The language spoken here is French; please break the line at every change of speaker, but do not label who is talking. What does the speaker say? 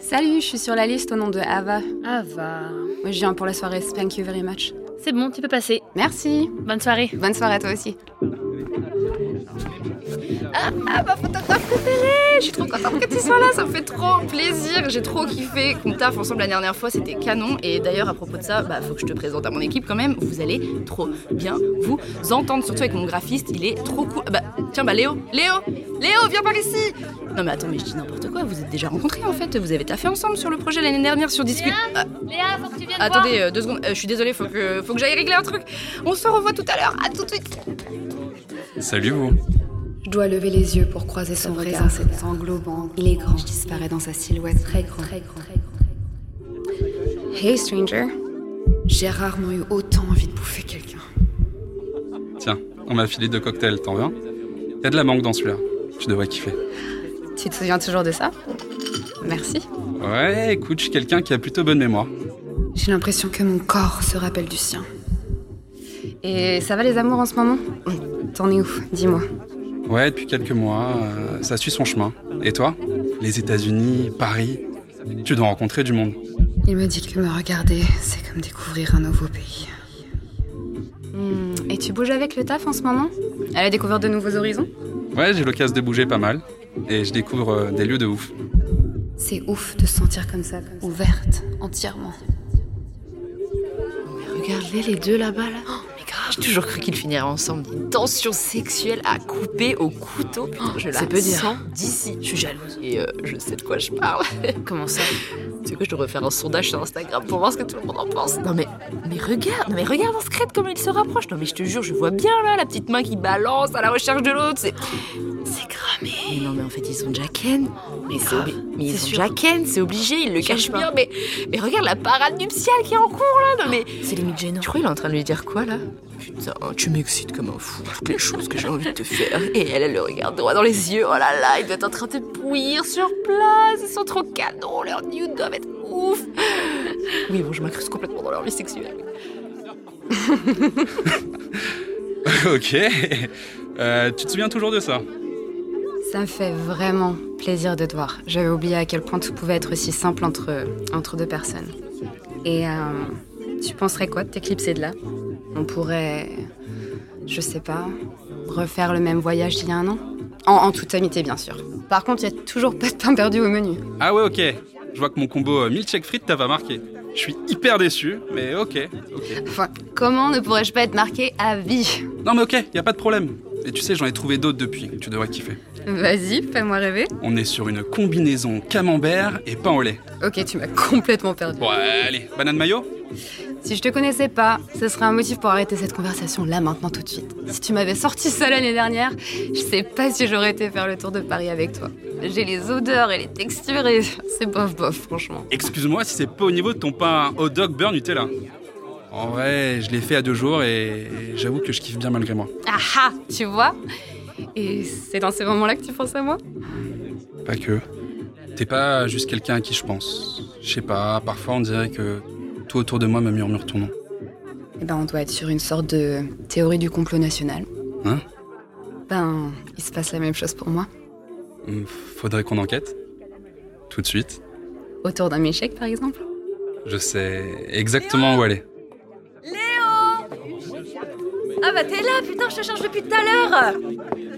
Salut, je suis sur la liste au nom de Ava.
Ah va.
Moi, je viens pour la soirée Thank You Very Much.
C'est bon, tu peux passer.
Merci.
Bonne soirée.
Bonne soirée à toi aussi. Ah, ah, ma photographe préférée Je suis trop contente que tu sois là, ça me fait trop plaisir. J'ai trop kiffé qu'on taffe ensemble la dernière fois, c'était canon. Et d'ailleurs, à propos de ça, bah, faut que je te présente à mon équipe quand même. Vous allez trop bien vous entendre, surtout avec mon graphiste, il est trop cool. Ah Bah, tiens, bah Léo, Léo, Léo, viens par ici Non mais attends, mais je dis n'importe quoi, vous êtes déjà rencontrés en fait, vous avez taffé ensemble sur le projet l'année dernière sur Discute. Ah,
Léa, faut que tu viennes
Attendez, euh, deux secondes, Euh, je suis désolée, faut que, faut que j'aille régler un truc. On se revoit tout à l'heure, à tout de suite.
Salut vous.
Je dois lever les yeux pour croiser son regard. C'est englobant. Il est grand. Je disparais dans sa silhouette. Très grand. Très grand.
Hey stranger.
J'ai rarement eu autant envie de bouffer quelqu'un.
Tiens, on m'a filé deux cocktails, t'en veux un T'as de la mangue dans celui-là. Tu devrais kiffer.
Tu te souviens toujours de ça Merci.
Ouais, écoute, je suis quelqu'un qui a plutôt bonne mémoire.
J'ai l'impression que mon corps se rappelle du sien.
Et ça va les amours en ce moment T'en es où Dis-moi.
Ouais, depuis quelques mois, euh, ça suit son chemin. Et toi Les États-Unis, Paris, tu dois rencontrer du monde.
Il me dit que me regarder, c'est comme découvrir un nouveau pays.
Hmm, Et tu bouges avec le taf en ce moment À la découverte de nouveaux horizons
Ouais, j'ai l'occasion de bouger pas mal. Et je découvre euh, des lieux de ouf.
C'est ouf de se sentir comme ça, comme ça. ouverte, entièrement.
Regardez les deux là-bas là.
J'ai toujours cru qu'ils finiraient ensemble. Une tension sexuelle à couper au couteau. Putain, je la
c'est peu dire.
sens d'ici. Je suis jalouse. Et euh, je sais de quoi je parle.
Comment ça
Tu sais quoi, je devrais faire un sondage sur Instagram pour voir ce que tout le monde en pense. Non mais, mais regarde, non mais regarde en secret comment ils se rapprochent. Non mais je te jure, je vois bien là la petite main qui balance à la recherche de l'autre. C'est, c'est cramé. Mais non mais en fait ils sont déjà ken. Mais c'est, obli- mais ils
c'est
sont
sûr.
déjà ken, c'est obligé. Ils le
Cherche
cachent
pas.
bien. Mais, mais regarde la parade nuptiale qui est en cours là. Non mais.
C'est limite gênant.
Tu crois qu'il est en train de lui dire quoi là Putain, tu m'excites comme un fou. Toutes les choses que j'ai envie de te faire. Et elle, elle le regarde droit dans les yeux. Oh là là, il doit être en train de bouillir sur place. Ils sont trop canons. Leurs nudes doivent être ouf. Oui, bon, je m'incruste complètement dans leur vie sexuelle.
ok. Euh, tu te souviens toujours de ça
Ça me fait vraiment plaisir de te voir. J'avais oublié à quel point tout pouvait être si simple entre, entre deux personnes. Et euh, tu penserais quoi de t'éclipser de là On pourrait, je sais pas, refaire le même voyage d'il y a un an en, en toute amitié, bien sûr. Par contre, il y a toujours pas de pain perdu au menu.
Ah ouais, ok. Je vois que mon combo euh, milkshake frites t'a pas marqué. Je suis hyper déçu, mais ok, ok.
Enfin, comment ne pourrais-je pas être marqué à vie
Non mais ok, y a pas de problème. Et tu sais, j'en ai trouvé d'autres depuis. Tu devrais kiffer.
Vas-y, fais-moi rêver.
On est sur une combinaison camembert et pain au lait.
Ok, tu m'as complètement perdu.
Bon, allez, banane mayo
Si je te connaissais pas, ce serait un motif pour arrêter cette conversation là maintenant tout de suite. Si tu m'avais sorti ça l'année dernière, je sais pas si j'aurais été faire le tour de Paris avec toi. J'ai les odeurs et les textures et c'est bof bof franchement.
Excuse-moi si c'est pas au niveau de ton pain hot dog beurre Nutella. En vrai, je l'ai fait à deux jours et j'avoue que je kiffe bien malgré moi.
Ah ah, tu vois Et c'est dans ces moments-là que tu penses à moi
Pas que. T'es pas juste quelqu'un à qui je pense. Je sais pas, parfois on dirait que tout autour de moi me murmure ton nom.
Eh ben on doit être sur une sorte de théorie du complot national.
Hein
Ben, il se passe la même chose pour moi.
Hum, Faudrait qu'on enquête. Tout de suite.
Autour d'un échec par exemple.
Je sais exactement où aller.
Ah bah t'es là, putain, je te cherche depuis tout à l'heure.